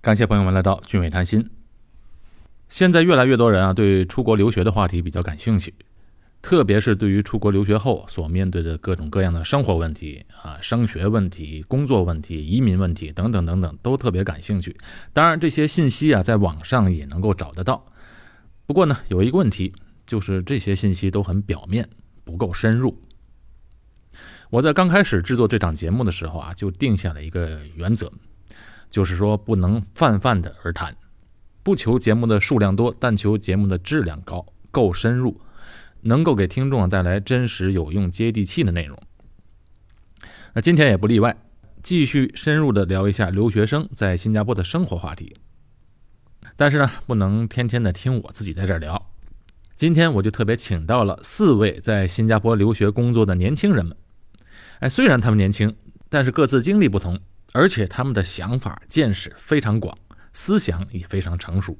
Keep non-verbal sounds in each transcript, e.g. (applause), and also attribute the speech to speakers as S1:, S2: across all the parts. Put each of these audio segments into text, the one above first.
S1: 感谢朋友们来到俊伟谈心。现在越来越多人啊对出国留学的话题比较感兴趣，特别是对于出国留学后所面对的各种各样的生活问题啊、升学问题、工作问题、移民问题等等等等，都特别感兴趣。当然，这些信息啊在网上也能够找得到。不过呢，有一个问题，就是这些信息都很表面，不够深入。我在刚开始制作这档节目的时候啊，就定下了一个原则，就是说不能泛泛的而谈，不求节目的数量多，但求节目的质量高，够深入，能够给听众带来真实、有用、接地气的内容。那今天也不例外，继续深入的聊一下留学生在新加坡的生活话题。但是呢，不能天天的听我自己在这儿聊。今天我就特别请到了四位在新加坡留学工作的年轻人们。哎，虽然他们年轻，但是各自经历不同，而且他们的想法见识非常广，思想也非常成熟。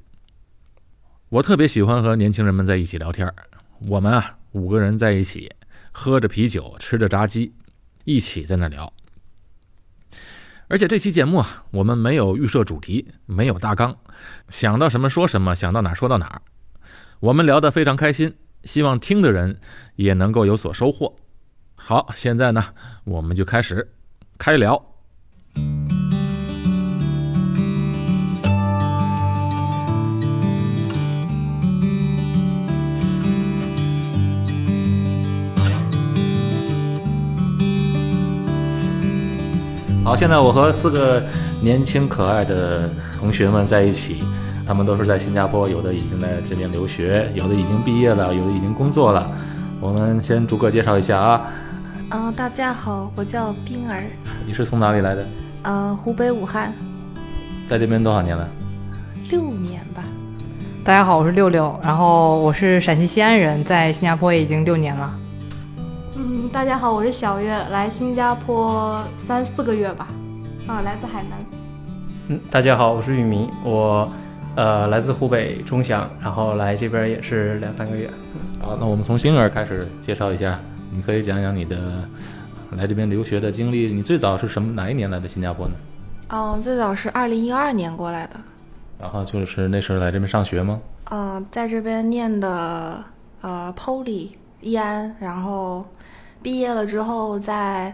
S1: 我特别喜欢和年轻人们在一起聊天儿。我们啊，五个人在一起，喝着啤酒，吃着炸鸡，一起在那聊。而且这期节目啊，我们没有预设主题，没有大纲，想到什么说什么，想到哪儿说到哪儿。我们聊得非常开心，希望听的人也能够有所收获。好，现在呢，我们就开始开聊。好，现在我和四个年轻可爱的同学们在一起，他们都是在新加坡，有的已经在这边留学，有的已经毕业了，有的已经工作了。我们先逐个介绍一下啊，
S2: 嗯、大家好，我叫冰儿，
S1: 你是从哪里来的？
S2: 呃，湖北武汉，
S1: 在这边多少年了？
S2: 六年吧。
S3: 大家好，我是六六，然后我是陕西西安人，在新加坡已经六年了。
S4: 嗯，大家好，我是小月，来新加坡三四个月吧，啊，来自海南。
S5: 嗯，大家好，我是玉明，我呃来自湖北钟祥，然后来这边也是两三个月。
S1: 好，那我们从星儿开始介绍一下，你可以讲讲你的来这边留学的经历。你最早是什么哪一年来的新加坡呢？
S2: 嗯、最早是二零一二年过来的，
S1: 然后就是那时候来这边上学吗？
S2: 嗯、在这边念的呃 Poly 易安，然后毕业了之后在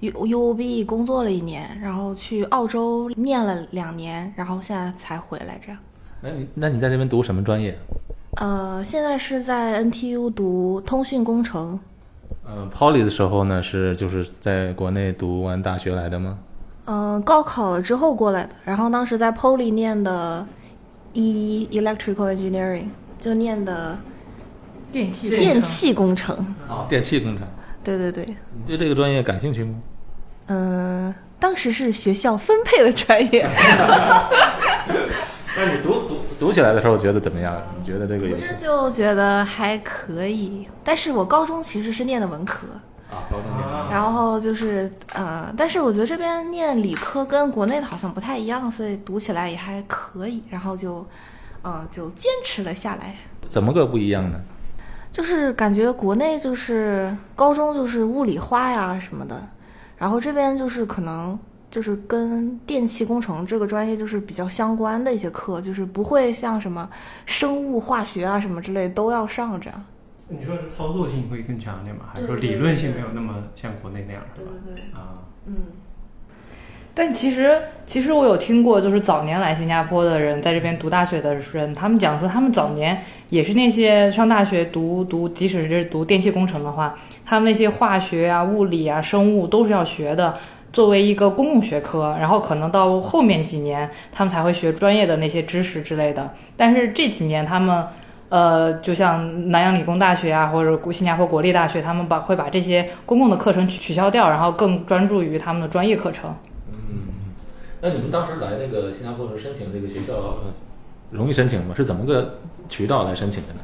S2: U UOB 工作了一年，然后去澳洲念了两年，然后现在才回来这样。
S1: 那你那你在这边读什么专业？
S2: 呃，现在是在 NTU 读通讯工程，
S1: 嗯，Poly 的时候呢是就是在国内读完大学来的吗？
S2: 嗯，高考了之后过来的，然后当时在 Poly 念的 E Electrical Engineering，就念的
S3: 电器
S2: 电气工程。
S1: 哦，电气工程。
S2: 对对对，
S1: 你对这个专业感兴趣吗？
S2: 嗯，当时是学校分配的专业，
S1: 那你读读读起来的时候觉得怎么样？你觉得这个有
S2: 这就觉得还可以。但是我高中其实是念的文科，
S1: 啊高中点？
S2: 然后就是呃，但是我觉得这边念理科跟国内的好像不太一样，所以读起来也还可以。然后就，嗯、就坚持了下来。
S1: 怎么个不一样呢？
S2: 就是感觉国内就是高中就是物理化呀什么的，然后这边就是可能就是跟电气工程这个专业就是比较相关的一些课，就是不会像什么生物化学啊什么之类都要上这样。
S5: 你说是操作性会更强一点吗？还是说
S2: 对对
S5: 理
S2: 对
S5: 论性
S2: 对
S5: 没有那么像国内那样，是吧？
S2: 对，
S5: 啊，
S2: 嗯，
S3: 但其实，其实我有听过，就是早年来新加坡的人，在这边读大学的人，他们讲说，他们早年也是那些上大学读读，即使是读电气工程的话，他们那些化学啊、物理啊、生物都是要学的，作为一个公共学科。然后可能到后面几年，他们才会学专业的那些知识之类的。但是这几年他们。呃，就像南洋理工大学啊，或者国新加坡国立大学，他们把会把这些公共的课程取取消掉，然后更专注于他们的专业课程。
S1: 那你们当时来那个新加坡的时候申请这个学校，呃容易申请吗？是怎么个渠道来申请的呢？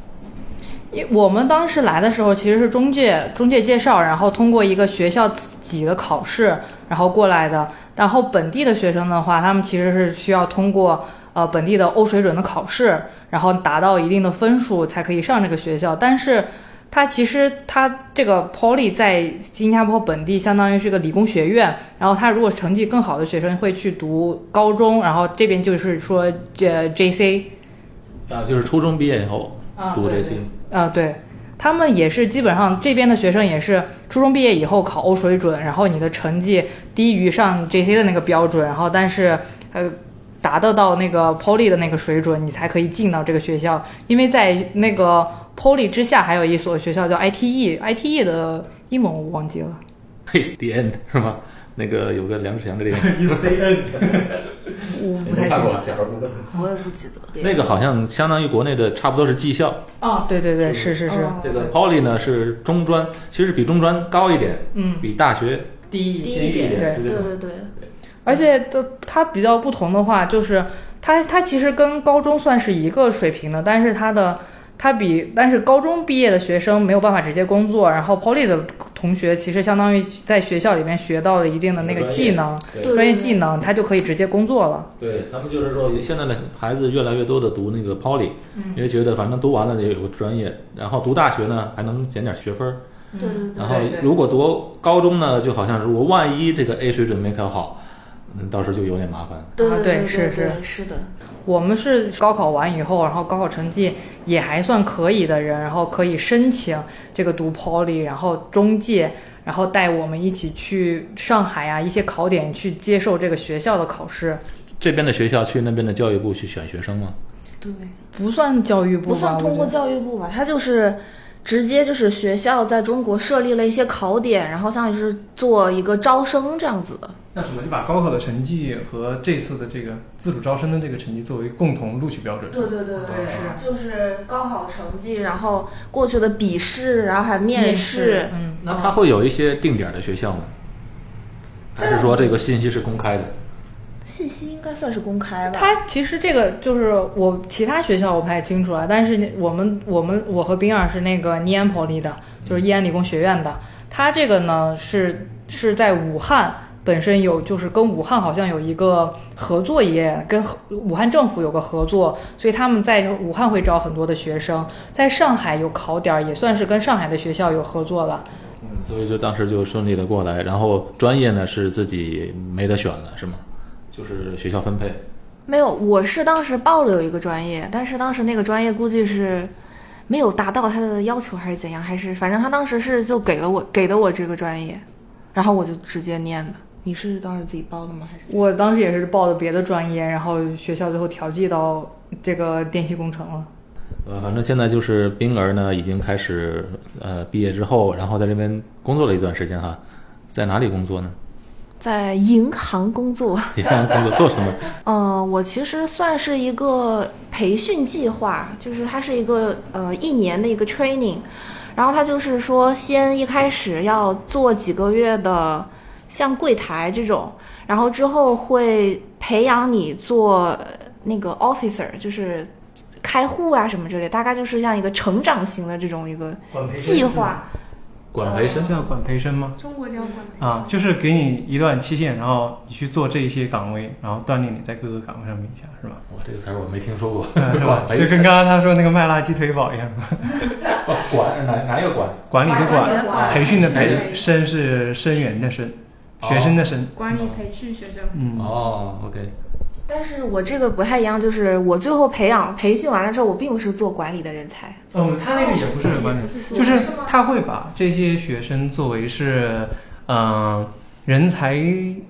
S3: 因我们当时来的时候，其实是中介中介介绍，然后通过一个学校自己的考试，然后过来的。然后本地的学生的话，他们其实是需要通过呃本地的欧水准的考试，然后达到一定的分数才可以上这个学校。但是它其实它这个 Poly 在新加坡本地相当于是个理工学院，然后他如果成绩更好的学生会去读高中，然后这边就是说这呃 JC
S1: 啊，就是初中毕业以后
S3: 啊
S1: 读
S3: 对
S1: JC，
S3: 啊、对。他们也是基本上这边的学生也是初中毕业以后考欧水准，然后你的成绩低于上 JC 的那个标准，然后但是呃达得到那个 Poly 的那个水准，你才可以进到这个学校。因为在那个 Poly 之下还有一所学校叫 ITE，ITE E 的英文我忘记了。
S1: It's the end 是吗？那个有个梁志祥的 (laughs) 电影，
S3: 我不
S1: 你
S3: 太
S1: 没
S3: 记
S1: 看过
S3: 得。
S1: 啊，小时候不看。
S2: 我也不记得。
S1: 那个好像相当于国内的，差不多是技校。
S3: 哦，对对对，是是是，
S2: 嗯
S1: 这个 Poly 呢是中专，其实比中专高一点，
S3: 嗯，
S1: 比大学
S3: 第一
S2: 低
S1: 低一点。
S3: 对
S1: 是这
S2: 对
S1: 种
S2: 对对，
S3: 而且的它比较不同的话，就是它它其实跟高中算是一个水平的，但是它的它比但是高中毕业的学生没有办法直接工作，然后 poly 的同学其实相当于在学校里面学到了一定的那个技能、
S2: 对
S3: 专业技能，他就可以直接工作了。
S1: 对他们就是说，现在的孩子越来越多的读那个 poly，、因
S3: 嗯
S1: 为觉得反正读完了也有个专业，然后读大学呢还能减点学分儿，
S2: 对对
S1: 然后
S3: 对对
S1: 如果读高中呢，就好像如果万一这个 A 水准没考好，嗯，到时候就有点麻烦。
S2: 对
S3: 啊
S2: 对
S3: 对
S2: 对
S3: 是
S2: 对对是的，
S3: 我们是高考完以后，然后高考成绩也还算可以的人，然后可以申请这个读 poly，然后中介，然后带我们一起去上海啊一些考点去接受这个学校的考试，
S1: 这边的学校去那边的教育部去选学生嘛，
S2: 对，
S3: 不算教育部
S2: 不
S3: 吧？
S2: 算
S3: 我
S2: 通过
S3: 觉
S2: 教育部吧，它就是。直接就是学校在中国设立了一些考点，然后相当于是做一个招生这样子的。
S5: 那怎么就把高考的成绩和这次的这个自主招生的这个成绩作为共同录取标准？
S2: 对对对
S5: 对
S2: 对，就是高考成绩，然后过去的笔试，然后还
S3: 得面
S2: 试。
S3: 嗯，
S1: 那他会有一些定点的学校吗？还是说这个信息是公开的？
S2: 信息应该算是公开吧？
S3: 他其实这个就是我其他学校我不太清楚啊，但是我们我们我和冰儿是那个尼安普利的，就是伊安理工学院的，他这个呢是是在武汉。本身有就是跟武汉好像有一个合作也跟合武汉政府有个合作，所以他们在武汉会招很多的学生，在上海有考点儿，也算是跟上海的学校有合作了。
S1: 嗯，所以就当时就顺利的过来，然后专业呢是自己没得选了，是吗？就是学校分配。
S2: 没有，我是当时报了有一个专业，但是当时那个专业估计是没有达到他的要求，还是怎样？还是反正他当时是就给了我给的我这个专业，然后我就直接念的。你是当时自己报的吗？还是
S3: 我当时也是报的别的专业，然后学校最后调剂到这个电气工程了。
S1: 呃，反正现在就是冰儿呢，已经开始呃毕业之后，然后在这边工作了一段时间哈，在哪里工作呢？ (laughs)
S2: 在银行工作？ (laughs)
S1: 一般工作做什么？
S2: 嗯，我其实算是一个培训计划，就是它是一个呃一年的一个 training，然后它就是说先一开始要做几个月的像柜台这种，然后之后会培养你做呃那个 officer，就是开户啊什么之类，大概就是像一个成长型的这种一个
S5: 管培
S2: 计划。
S1: 管培
S5: 这
S1: 生
S5: 叫管培生吗？
S4: 中国交管培
S5: 啊，就是给你一段期限，然后你去做这一些岗位，然后锻炼你在各个岗位上面一下，是吧？
S1: 我这个词儿我没听说过，
S5: 嗯是吧
S1: (laughs) 管？
S5: 就
S1: 培
S5: 跟刚刚他说那个麦辣鸡腿堡一样，
S1: 哦管哪哪一个管？
S5: 管理的
S4: 管理的管
S5: 培训的培，
S4: 对
S5: 生是生源的生，学生的生，
S4: 管理培训学生。
S5: 嗯，
S1: 哦，OK，
S2: 但是我这个不太一样，就是我最后培养培训完了之后，我并不是做管理的人才。
S5: 嗯，他那个也不是管理
S4: 也不是，说
S5: 就是他会把这些学生作为是，嗯、人才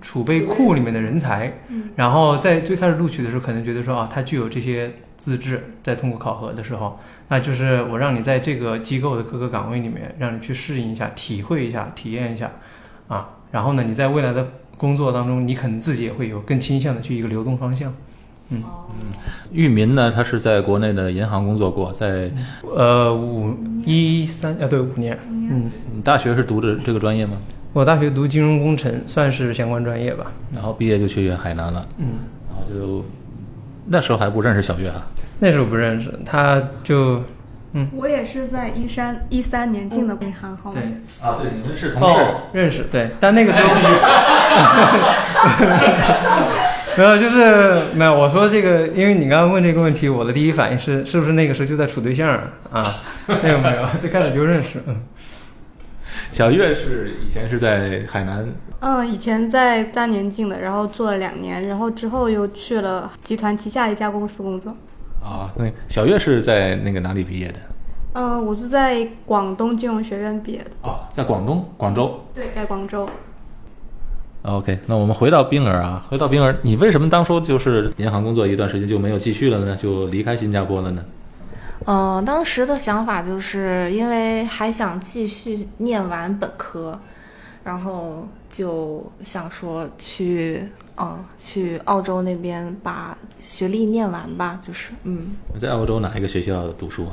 S5: 储备库里面的人才，
S4: 嗯
S5: 然后在最开始录取的时候，可能觉得说啊，他具有这些资质，在通过考核的时候，那就是我让你在这个机构的各个岗位里面，让你去适应一下、体会一下、体验一下，啊，然后呢，你在未来的工作当中，你可能自己也会有更倾向的去一个流动方向。
S1: 玉民呢，他是在国内的银行工作过，在
S5: 呃，五一三啊，对，五年，嗯，
S1: 你大学是读的这个专业吗？
S5: 我大学读金融工程，算是相关专业吧。
S1: 然后毕业就去海南了，
S5: 嗯，
S1: 然后就那时候还不认识小月啊，
S5: 那时候不认识，他就
S4: 我也是在一三一三年进的银
S5: 哦
S4: 行，好吗？
S1: 啊，对，你们是同事。
S6: (laughs)
S5: 哦认识对，但那个时候 (laughs) 没有，就是没有。我说这个，因为你刚刚问这个问题，我的第一反应是，是不是那个时候就在处对象啊？啊，没有没有， (laughs) 最开始就认识。嗯，
S1: 小月是以前是在海南，
S4: 嗯，以前在大年进的，然后做了两年，然后之后又去了集团旗下一家公司工作。
S1: 啊，那小月是在那个哪里毕业的？
S4: 嗯，我是在广东金融学院毕业的，
S1: 哦，在广东广州。
S4: 对，在广州。
S1: OK，那我们回到冰儿啊，回到冰儿，你为什么当初就是银行工作一段时间就没有继续了呢？就离开新加坡了呢？
S2: 嗯、当时的想法就是因为还想继续念完本科，然后就想说去，嗯，去澳洲那边把学历念完吧，就是，嗯，
S1: 在澳洲哪一个学校读书啊？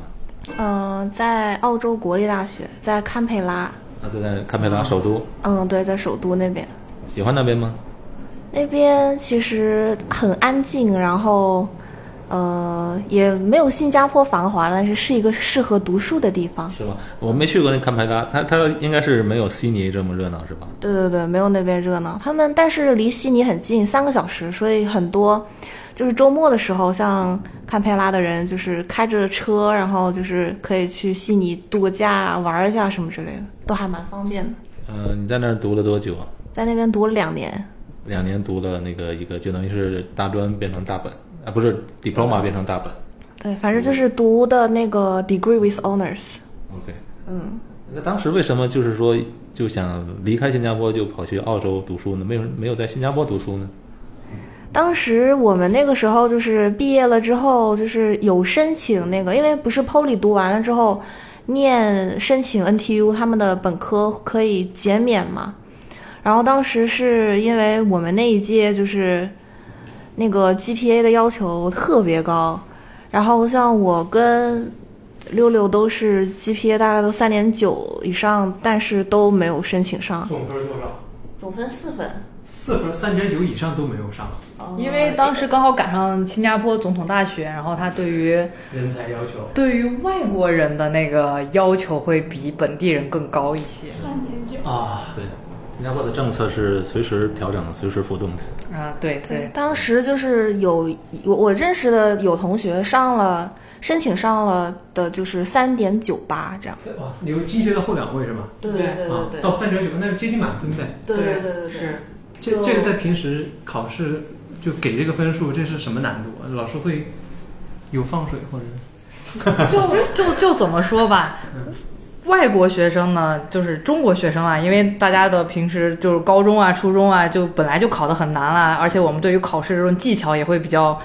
S2: 嗯、在澳洲国立大学，在堪培拉，
S1: 啊，就在堪培拉首都，
S2: 嗯，对，在首都那边，
S1: 喜欢那边吗？
S2: 那边其实很安静，然后，呃，也没有新加坡繁华，但是是一个适合读书的地方。
S1: 是吧？我没去过那堪培拉，它它应该是没有悉尼这么热闹，是吧？
S2: 对对对，没有那边热闹。他们但是离悉尼很近，三个小时，所以很多就是周末的时候，像堪培拉的人就是开着车，然后就是可以去悉尼度个假、玩一下什么之类的，都还蛮方便的。
S1: 呃，你在那儿读了多久啊？
S2: 在那边读了两年，
S1: 两年读了那个一个，就等于是大专变成大本啊，不是 diploma 变成大本。
S2: 对，反正就是读的那个 degree with honors。
S1: OK，
S2: 嗯，
S1: 那当时为什么就是说就想离开新加坡就跑去澳洲读书呢？没有没有在新加坡读书呢？
S2: 当时我们那个时候就是毕业了之后，就是有申请那个，因为不是 Poly 读完了之后，念申请 NTU 他们的本科可以减免嘛。然后当时是因为我们那一届就是那个 GPA 的要求特别高，然后像我跟六六都是 GPA 大概都三点九以上，但是都没有申请上，
S6: 总分多少？
S2: 总分四分。哦
S6: 四分三点九以上都没有上，
S3: 因为当时刚好赶上新加坡总统大选，然后他对于
S6: 人才要求。
S3: 对于外国人的那个要求会比本地人更高一些。
S4: 三年九。
S6: 啊，
S1: 对，新加坡的政策是随时调整、随时浮动的。
S3: 啊，对
S2: 对
S3: 对，，
S2: 当时就是有我我认识的有同学上了申请上了的就是三点九八这样。
S6: (laughs) 哇，你们进去的后两位是吗？
S2: 对
S3: 对
S2: 对
S6: 啊，到三点九，那是接近满分呗。
S2: 对
S3: 对
S2: 对对
S3: 是
S6: 这
S2: 就
S6: 这个在平时考试就给这个分数，这是什么难度啊？老师会有放水或者
S3: (laughs) 就就就怎么说吧，外国学生呢，就是中国学生啊，因为大家的平时就是高中啊、初中啊，就本来就考得很难啦，而且我们对于考试这种技巧也会比较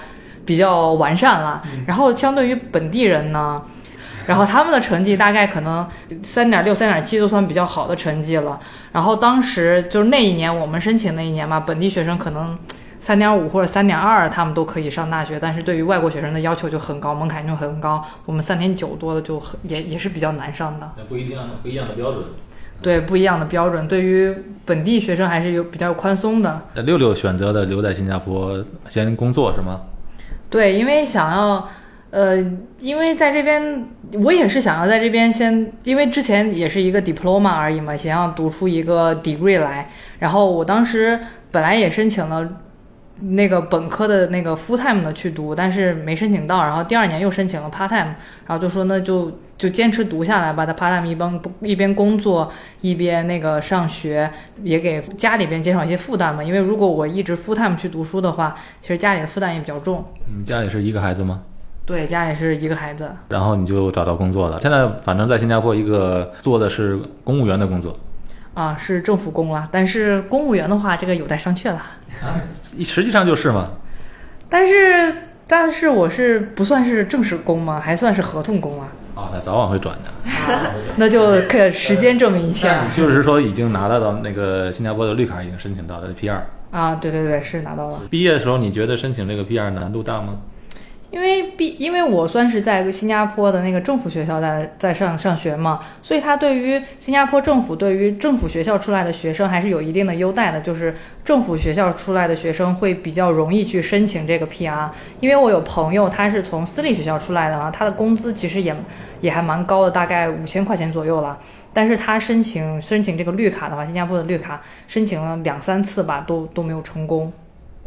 S3: 比较完善啦。然后相对于本地人呢。然后他们的成绩大概可能三点六、三点七就算比较好的成绩了。然后当时就是那一年我们申请那一年嘛，本地学生可能三点五或者三点二，他们都可以上大学，但是对于外国学生的要求就很高，门槛就很高。我们三点九多的就很也也是比较难上的，
S1: 那不一定按不一样的标准。
S3: 对不一样的标准，对于本地学生还是有比较宽松的。
S1: 那六六选择的留在新加坡先工作是吗？
S3: 对，因为想要，呃，因为在这边我也是想要在这边先，因为之前也是一个 diploma 而已嘛，想要读出一个 degree 来。然后我当时本来也申请了那个本科的那个 full time 的去读，但是没申请到。然后第二年又申请了 part time，然后就说那就就坚持读下来吧。他 part time 一边一边工作一边那个上学，也给家里边减少一些负担嘛。因为如果我一直 full time 去读书的话，其实家里的负担也比较重。
S1: 你家里是一个孩子吗？
S3: 对，家里是一个孩子，
S1: 然后你就找到工作了。现在反正在新加坡一个做的是公务员的工作，
S3: 啊，是政府工了，但是公务员的话，这个有待商榷了。
S1: 实际上就是嘛。
S3: 但是，但是我是不算是正式工吗？还算是合同工啊？
S1: 啊，那早晚会转的。
S3: 那就看时间证明一切
S1: 但
S3: 了
S1: 你就是说已经拿到到那个新加坡的绿卡，已经申请到了 P 二。
S3: 啊！对对对，是拿到了。
S1: 毕业的时候，你觉得申请这个 P 二难度大吗？
S3: 因为毕，因为我算是在新加坡的那个政府学校在在上上学嘛，所以他对于新加坡政府对于政府学校出来的学生还是有一定的优待的，就是政府学校出来的学生会比较容易去申请这个 PR。因为我有朋友他是从私立学校出来的啊，他的工资其实也也还蛮高的，大概五千块钱左右了。但是他申请申请这个绿卡的话，新加坡的绿卡申请了两三次吧，都都没有成功。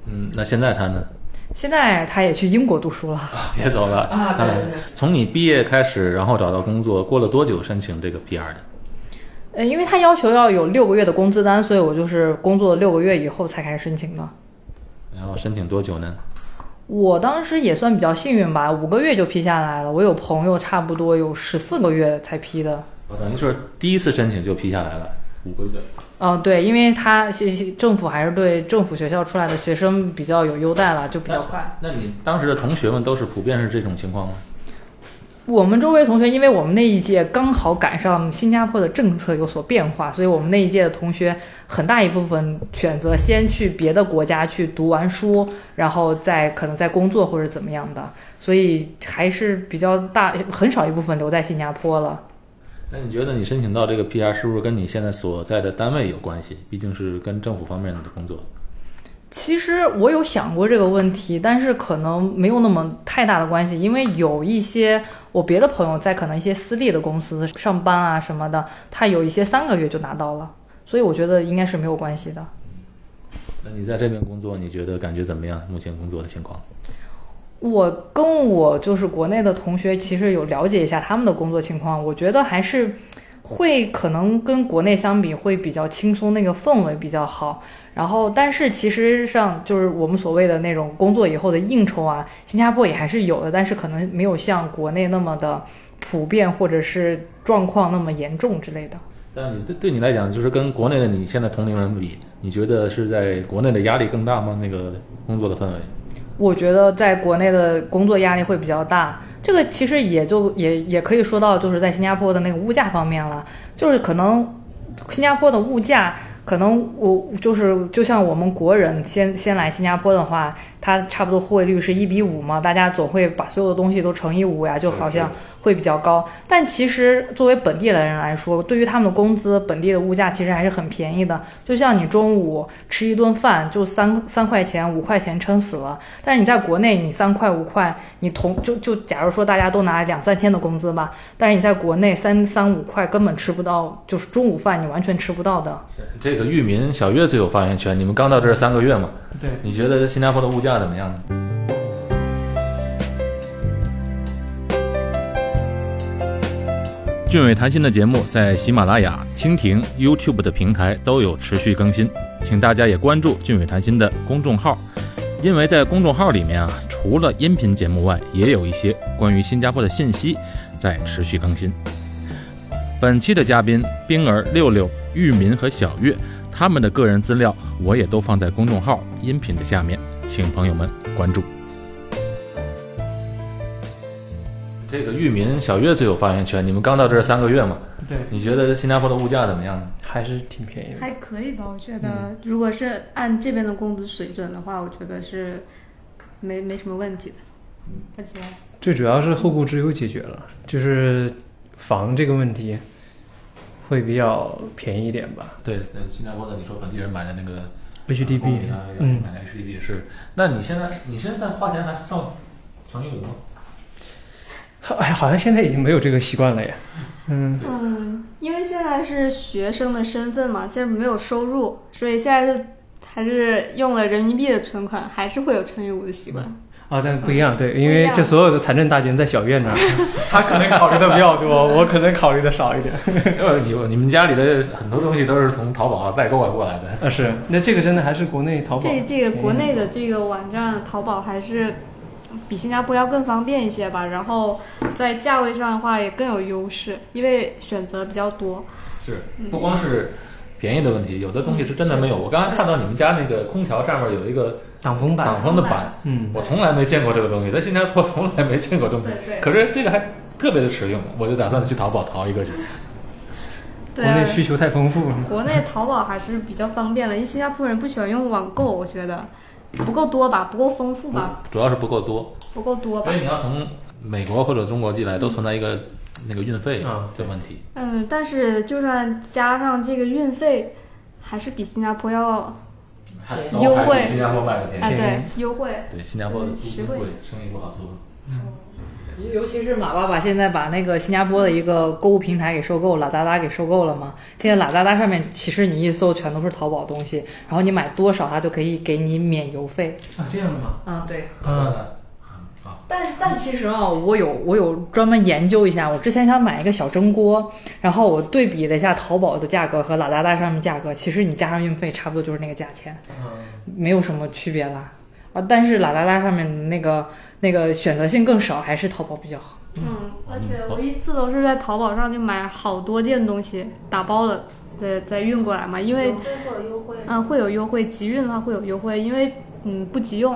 S1: 嗯，那现在他呢？ (laughs)
S3: 现在他也去英国读书了，
S1: 也走了
S3: 啊对对对
S1: 从你毕业开始，然后找到工作，过了多久申请这个 PR 的？
S3: 呃，因为他要求要有六个月的工资单，所以我就是工作六个月以后才开始申请的。
S1: 然后申请多久呢？
S3: 我当时也算比较幸运吧，五个月就批下来了。我有朋友差不多有十四个月才批的。
S1: 我等于是第一次申请就批下来了，五个月。
S3: 嗯、对，因为他其实政府还是对政府学校出来的学生比较有优待了，就比较快。
S1: 那你当时的同学们都是普遍是这种情况吗？
S3: 我们周围同学，因为我们那一届刚好赶上新加坡的政策有所变化，所以我们那一届的同学很大一部分选择先去别的国家去读完书，然后再可能再工作或者怎么样的，所以还是比较大，很少一部分留在新加坡了。
S1: 那你觉得你申请到这个 PR 是不是跟你现在所在的单位有关系？毕竟是跟政府方面的工作。
S3: 其实我有想过这个问题，但是可能没有那么太大的关系，因为有一些我别的朋友在可能一些私立的公司上班啊什么的，他有一些三个月就拿到了，所以我觉得应该是没有关系的。
S1: 那你在这边工作，你觉得感觉怎么样？目前工作的情况？
S3: 我跟我就是国内的同学，其实有了解一下他们的工作情况，我觉得还是会可能跟国内相比会比较轻松，那个氛围比较好。然后，但是其实上就是我们所谓的那种工作以后的应酬啊，新加坡也还是有的，但是可能没有像国内那么的普遍，或者是状况那么严重之类的。
S1: 但你对对你来讲，就是跟国内的你现在同龄人比，你觉得是在国内的压力更大吗？那个工作的氛围？
S3: 我觉得在国内的工作压力会比较大。这个其实也就也也可以说到，就是在新加坡的那个物价方面了，就是可能新加坡的物价。可能我就是就像我们国人先先来新加坡的话，它差不多汇率是一比五嘛，大家总会把所有的东西都乘以五呀，就好像会比较高。但其实作为本地的人来说，对于他们的工资，本地的物价其实还是很便宜的。就像你中午吃一顿饭就三三块钱、五块钱撑死了，但是你在国内，你三块五块，你同就就假如说大家都拿两三天的工资吧，但是你在国内三三五块根本吃不到，就是中午饭你完全吃不到的。
S1: 这个域名小月最有发言权。你们刚到这儿三个月嘛，
S5: 对，
S1: 你觉得新加坡的物价怎么样呢？俊伟谈心的节目在喜马拉雅、蜻蜓、YouTube 的平台都有持续更新，请大家也关注俊伟谈心的公众号，因为在公众号里面啊，除了音频节目外，也有一些关于新加坡的信息在持续更新。本期的嘉宾冰儿、六六、玉民和小月，他们的个人资料我也都放在公众号音频的下面，请朋友们关注。这个玉民、小月最有发言权。你们刚到这儿三个月嘛，
S5: 对，
S1: 你觉得新加坡的物价怎么样呢？
S5: 还是挺便宜的。
S4: 还可以吧，我觉得，如果是按这边的工资水准的话，我觉得是没没什么问题的。
S5: 嗯
S4: 而且
S5: 最主要是后顾之忧解决了，就是房这个问题会比较便宜一点吧。
S1: 对，呃新加坡的你说本地人买的那个
S5: HDB，
S1: 啊
S5: 嗯
S1: 买的 HDB 是，那你现在你现在花钱还算乘以五吗？
S5: (laughs) 哎，好像现在已经没有这个习惯了呀。嗯，
S4: 嗯，因为现在是学生的身份嘛，现在没有收入，所以现在就还是用了人民币的存款，还是会有乘以五的习惯。
S5: 啊，但不一样，对，因
S4: 不一
S5: 为
S4: 样
S5: 这所有的财政大权在小
S4: (laughs)
S5: 院那儿，他可能考虑的比较多，我可能考虑的少一点。
S1: 呃，你你们家里的很多东西都是从淘宝代购过来的。
S5: 啊，是，那这个真的还是国内淘宝
S4: 这这个国
S5: 便宜
S4: 内的这个网站淘宝还是比新加坡要更方便一些吧，然后在价位上的话也更有优势，因为选择比较多。
S1: 是，
S4: 嗯
S1: 不光是便宜的问题，有的东西是真的没有。我刚才看到你们家那个空调上面有一个
S5: 挡风
S1: 挡
S5: 板，
S1: 风的板，
S5: 嗯，
S1: 我从来没见过这个东西，在新加坡从来没见过这种东西。
S4: 对
S1: 可是这个还特别的实用，我就打算去淘宝淘一个去。
S5: 国
S4: 对啊
S5: 内需求太丰富了。
S4: 国内淘宝还是比较方便的，因为新加坡人不喜欢用网购，我觉得不够多吧，不够丰富吧，
S1: 主要是不够多，
S4: 不够多吧
S1: 所以。你要从美国或者中国寄来，都存在一个那个运费
S5: 啊
S1: 的问题。
S4: 嗯，但是就算加上这个运费，还是比新加坡要
S1: 还
S4: 优惠
S1: 新加坡卖的便宜。
S4: 哎
S5: 便宜
S4: 对优惠。
S1: 对，新加坡的租
S4: 实
S1: 金
S4: 惠
S1: 贵，生意不好做。
S3: 尤其是马爸爸现在把那个新加坡的一个购物平台给收购，拉扎达给收购了嘛。现在拉扎达上面，其实你一搜全都是淘宝东西，然后你买多少，它就可以给你免邮费。
S5: 啊，这样的吗？
S3: 啊，对。
S5: 嗯，
S3: 但但其实啊，我有我有专门研究一下，我之前想买一个小蒸锅，然后我对比了一下淘宝的价格和拉达达上面价格，其实你加上运费，差不多就是那个价钱，
S5: 嗯
S3: 没有什么区别啦。啊，但是拉达达上面那个那个选择性更少，还是淘宝比较好。
S4: 嗯，而且我一次都是在淘宝上就买好多件东西，打包了，对，再运过来嘛。因为
S2: 邮费会有优惠
S4: 嗯会有优惠，集运的话会有优惠，因为嗯不急用，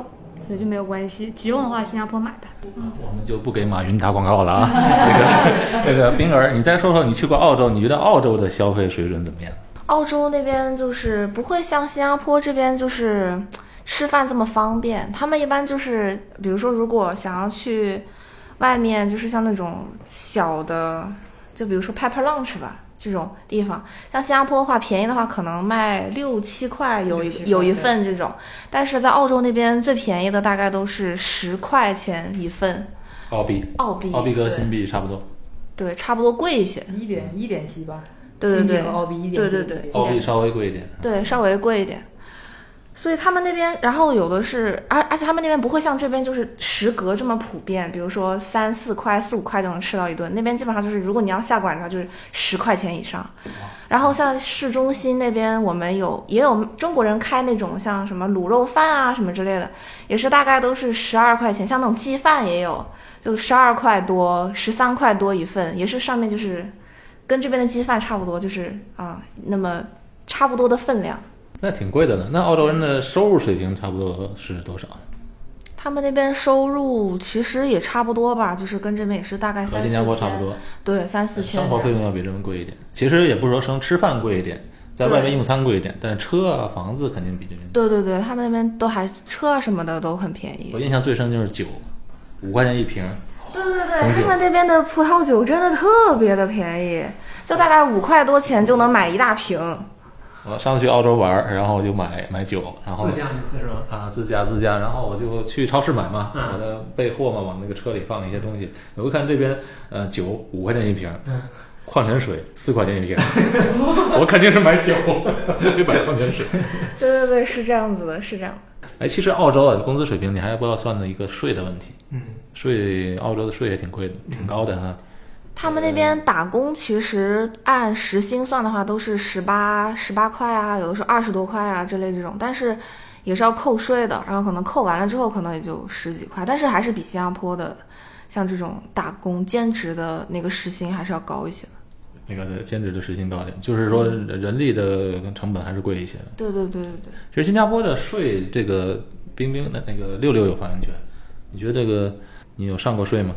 S4: 所以就没有关系。急用的话，新加坡买的。
S1: 我们就不给马云打广告了
S2: (laughs)
S1: 啊。那个那个冰儿，你再说说你去过澳洲，你觉得澳洲的消费水准怎么样？
S2: 澳洲那边就是不会像新加坡这边就是吃饭这么方便，他们一般就是比如说如果想要去外面，就是像那种小的，就比如说 Pepper Lunch 吧。这种地方，像新加坡的话，便宜的话可能卖六七块有
S3: 六七
S2: 一
S3: 块
S2: 有一份这种，但是在澳洲那边最便宜的大概都是十块钱一份
S1: 澳币，
S2: 澳币，
S1: 澳币跟
S2: 对
S1: 新币差不多，
S2: 对，差不多贵一些，
S3: 一点一点几吧，
S2: 对对
S3: 新币
S2: 对，
S3: 和澳币一点几，
S2: 对对对
S1: 澳币稍微贵一点。
S2: 对，稍微贵一点。所以他们那边，然后有的是，而而且他们那边不会像这边就是食阁这么普遍，比如说三四块、四五块就能吃到一顿，那边基本上就是，如果你要下馆子的话，就是十块钱以上。然后像市中心那边，我们有也有中国人开那种像什么卤肉饭啊什么之类的，也是大概都是十二块钱，像那种鸡饭也有，就十二块多、十三块多一份，也是上面就是跟这边的鸡饭差不多，就是啊那么差不多的分量。
S1: 那挺贵的了。那澳洲人的收入水平差不多是多少？
S2: 他们那边收入其实也差不多吧，就是跟这边也是大概
S1: 和
S2: 三四
S1: 新
S2: 千，
S1: 加坡差不多。
S2: 对，三四千
S1: 生。活费用要比这边贵一点。其实也不是说生吃饭贵一点，在外面用餐贵一点，但是车啊、房子肯定比这边。
S2: 对对对，他们那边都还车啊什么的都很便宜
S1: 我。印象最深就是酒，五块钱一瓶，
S2: 对对对，
S1: 红酒
S2: 他们那边的葡萄酒真的特别的便宜，就大概五块多钱就能买一大瓶。
S1: 我上次去澳洲玩儿，然后我就买买酒，然后
S5: 自驾一次是吗？
S1: 啊自驾自驾，然后我就去超市买嘛，
S5: 嗯
S1: 我的备货嘛，往那个车里放一些东西。我一看这边，呃，酒五块钱一瓶，
S5: 嗯
S1: 矿泉水四块钱一瓶，我肯定是买酒，没买矿泉水。
S2: 对对对，是这样子的，是这样。
S1: 哎，其实澳洲啊，工资水平你还要不要算的一个税的问题？
S5: 嗯，
S1: 税澳洲的税也挺贵的，挺高的啊。
S2: 他们那边打工其实按时薪算的话，都是十八十八块啊，有的时候二十多块啊这类这种，但是也是要扣税的，然后可能扣完了之后可能也就十几块，但是还是比新加坡的像这种打工兼职的那个时薪还是要高一些的。
S1: 那个兼职的时薪高点，就是说
S5: 嗯
S1: 人力的成本还是贵一些的。
S2: 对对对对对。
S1: 其实新加坡的税，这个冰冰的那个六六有发言权。你觉得这个你有上过税吗？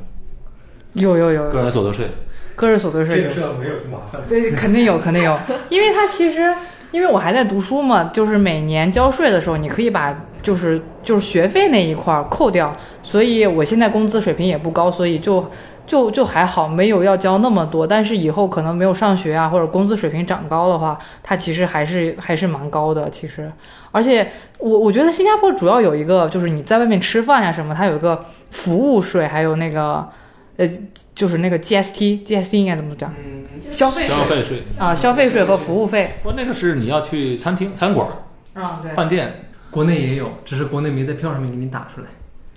S3: 有有有
S1: 个人所得税，
S3: 个人所得税有。
S5: 要没有就麻烦
S3: (laughs)
S5: 了。
S3: 对，肯定有，肯定有，因为它其实，因为我还在读书嘛，就是每年交税的时候，你可以把就是就是学费那一块儿扣掉，所以我现在工资水平也不高，所以就就就还好，没有要交那么多。但是以后可能没有上学啊，或者工资水平涨高的话，它其实还是还是蛮高的。其实，而且我我觉得新加坡主要有一个就是你在外面吃饭呀、什么，它有一个服务税，还有那个呃就是那个 GST，GST 应该怎么讲？
S5: 嗯，
S3: 消费税
S1: 消费税。
S3: 啊，消费税和服务费。
S1: 我那个是你要去餐厅、餐馆、
S3: 啊，对
S1: 饭店
S5: 国内也有，只是国内没在票上面给你打出来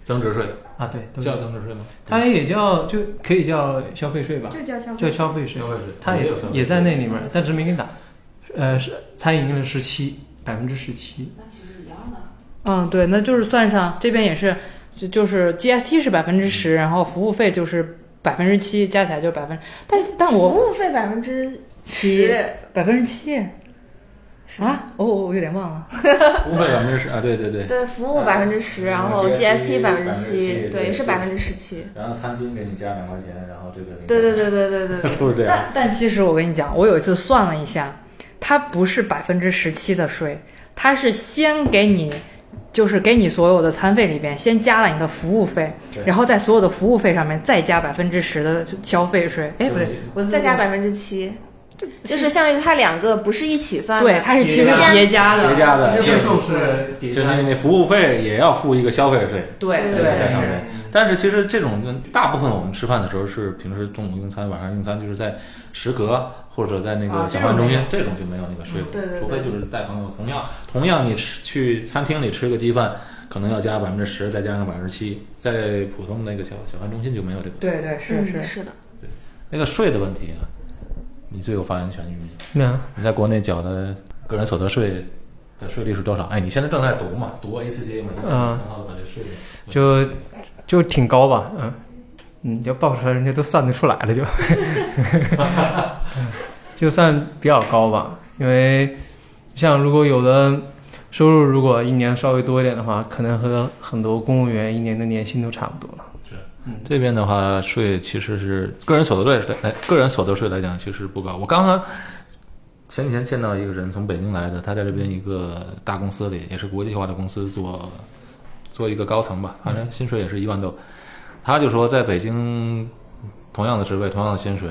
S1: 增值税，
S5: 啊。对，都
S1: 叫
S5: 有。
S1: 增值税吗？
S5: 它也叫就可以叫消费税吧，
S4: 就叫消
S5: 叫消费税
S1: 消。费税，
S5: 它也
S1: 有消费税
S5: 也在那里面，但只是没给你打。呃，是餐饮的十七百分之十七，
S3: 嗯，对，那就是算上这边也是，就就是 GST 是百分之十，然后服务费就是百分之七，加起来就百分，但但我
S2: 服务费百分之
S3: 十，百分之七啊，我我我有点忘了，
S1: 服务费百分之十啊，对对对。
S2: 对，服务百分之十，然后
S1: GST
S2: GST 百分之
S1: 7%
S2: 七，对，也是百分之十七。
S1: 然后餐巾给你加两块钱，然后这个给你
S2: 对对对对对对对。
S1: (laughs) 都是这样。
S3: 但但其实我跟你讲，我有一次算了一下，它不是百分之十七的税，它是先给你，就是给你所有的餐费里边先加了你的服务费
S1: 对，
S3: 然后在所有的服务费上面再加百分之十的消费税。哎，不
S1: 嗯
S3: 对，我
S2: 再加百分之七，就是相当于它两个不是一起算的，
S3: 对，它是其实
S2: 先
S3: 叠加的，
S1: 叠加的，
S5: 其
S1: 就
S5: 实
S1: 是
S5: 税是
S1: 就是你服务费也要付一个消费税，
S3: 对
S1: 对对
S2: 对
S3: 对
S1: 对。但是其实这种大部分我们吃饭的时候是平时中午用餐，晚上用餐，就是在食阁或者在那个
S3: 啊
S1: 小
S3: 这种
S1: 饭中
S3: 没
S1: 心，这种就没有那个税了。
S2: 对对对
S1: 除非就是带朋友，同样同样你吃去餐厅里吃个鸡饭，可能要加百分之十，再加上百分之七，在普通那个小小饭中心就没有这个
S3: 对对是
S2: 嗯、
S3: 是，
S2: 是的，
S1: 那个税的问题啊，你最有发言权于你。
S5: 那
S1: 你在国内缴的个人所得税的税率是多少？哎，你现在正在读嘛，读 ACCA 嘛，
S5: 嗯
S1: 然后把这税率
S5: 就就挺高吧，嗯嗯，要报出来人家都算得出来 (laughs) 了就，就算比较高吧，因为像如果有的收入如果一年稍微多一点的话，可能和很多公务员一年的年薪都差不多了。
S1: 这边的话，税其实是个人所得税来，个人所得税来讲其实不高。我刚刚前几天见到一个人从北京来的，他在这边一个大公司里，也是国际化的公司做做一个高层吧，反正薪水也是一万多。他就说，在北京同样的职位、同样的薪水，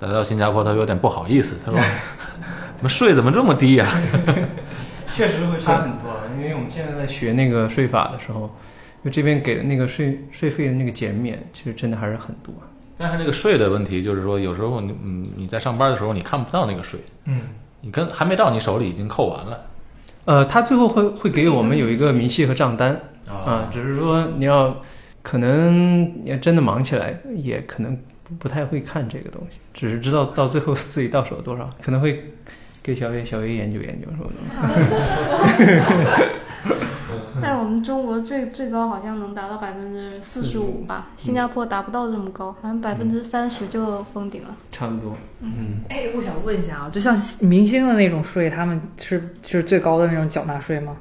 S1: 来到新加坡，他有点不好意思，他
S5: (laughs)
S1: 说怎么税怎么这么低呀、啊
S5: 确实会差很多，啊因为我们现在在学那个税法的时候，就这边给的那个税税费的那个减免，其实真的还是很多。啊
S1: 但是那个税的问题，就是说有时候你嗯你在上班的时候你看不到那个税，
S5: 嗯，
S1: 你跟还没到你手里已经扣完了
S5: 呃，他最后会会给我们有一个明细和账单。啊，只是说你要可能你要真的忙起来，也可能不不太会看这个东西，只是知道到最后自己到手多少，可能会给小月小月研究研究什么的。
S4: 但是我们中国最最高好像能达到百分之四十五吧，新加坡达不到这么高，好像百分之三十就封顶了。
S5: 差不多，
S3: 哎，我想问一下啊，就像明星的那种税，他们是是最高的那种缴纳税吗？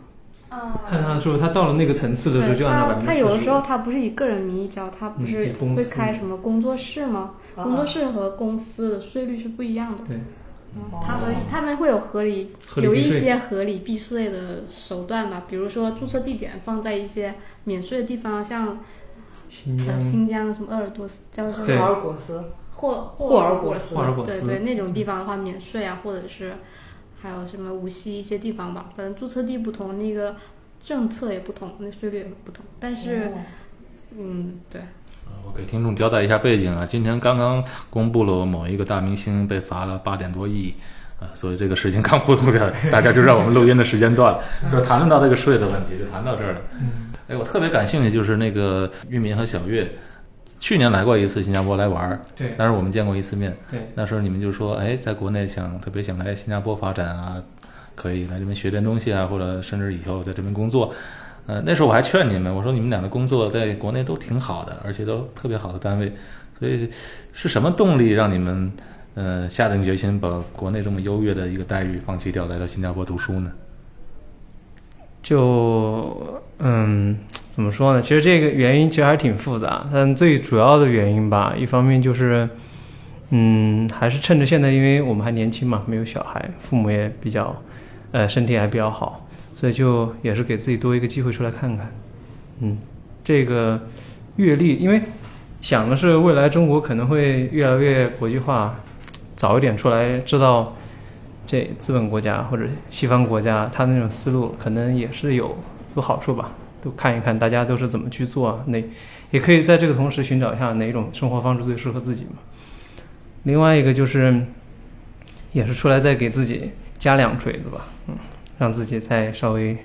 S4: 啊
S5: 看他说他到了那个层次的时候，
S4: 对
S5: 就按照
S4: 他
S5: 百分
S4: 他
S5: 之
S4: 有的
S5: 四
S4: 时
S5: 十
S4: 候。他不是以个人名义交，他不
S5: 嗯以
S4: 是
S5: 公司
S4: 会开什么工作室吗？
S3: 啊
S4: 工作室和公司的税率是不一样的。
S5: 对
S4: 嗯，他
S3: 哦
S4: 们他们会有合理
S5: 合理
S4: 有
S5: 避税
S4: 一些合理避税的手段吧，比如说注册地点放在一些免税的地方，像
S5: 新
S4: 呃
S5: 疆
S4: 新疆什么鄂尔多斯叫什么
S5: 对
S3: 霍尔果斯，
S4: 霍
S3: 霍尔
S4: 果
S3: 果斯
S5: 霍尔果
S4: 对
S5: 斯嗯
S4: 对那种地方的话免税啊，或者是还有什么无锡一些地方吧，反正注册地不同，那个政策也不同，那税率也不同，但
S3: 哦
S4: 是嗯对。
S1: 啊我给听众交代一下背景啊，今天刚刚公布了某一个大明星被罚了八点多亿。啊，所以这个事情刚公布掉，大家就让我们录音的时间段了，就谈论到这个税的问题，就谈到这儿了。哎，我特别感兴趣，就是那个玉民和小月，去年来过一次新加坡来玩儿，
S5: 对
S1: 但是我们见过一次面，
S5: 对，
S1: 那时候你们就说，哎，在国内想特别想来新加坡发展啊，可以来这边学点东西啊，或者甚至以后在这边工作。呃，那时候我还劝你们，我说你们俩的工作在国内都挺好的，而且都特别好的单位，所以是什么动力让你们呃下定决心把国内这么优越的一个待遇放弃掉，来到新加坡读书呢？
S5: 就嗯，怎么说呢？其实这个原因其实还挺复杂，但最主要的原因吧，一方面就是，嗯，还是趁着现在，因为我们还年轻嘛，没有小孩，父母也比较，呃，身体还比较好，所以就也是给自己多一个机会出来看看。嗯，这个阅历，因为想的是未来中国可能会越来越国际化，早一点出来知道这资本国家或者西方国家，他那种思路可能也是有有好处吧。都看一看大家都是怎么去做啊，哪也可以在这个同时寻找一下哪种生活方式最适合自己嘛。另外一个就是，也是出来再给自己加两锤子吧，嗯，让自己再稍微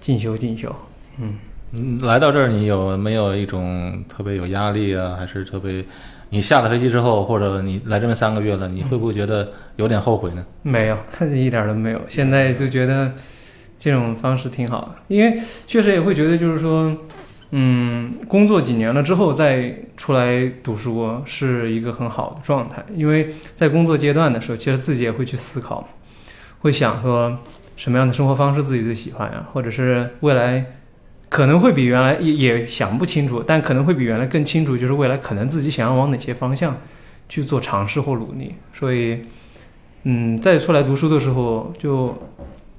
S5: 进修进修。
S1: 嗯，来到这儿，你有没有一种特别有压力啊？还是特别，你下了飞机之后，或者你来这边三个月了，你会不会觉得有点后悔呢？
S5: 没有，一点儿都没有。现在就觉得这种方式挺好的，因为确实也会觉得就是说，嗯，工作几年了之后再出来读书是一个很好的状态，因为在工作阶段的时候，其实自己也会去思考，会想说什么样的生活方式自己最喜欢呀、或者是未来。可能会比原来也也想不清楚，但可能会比原来更清楚，就是未来可能自己想要往哪些方向去做尝试或努力。所以，嗯，再出来读书的时候，就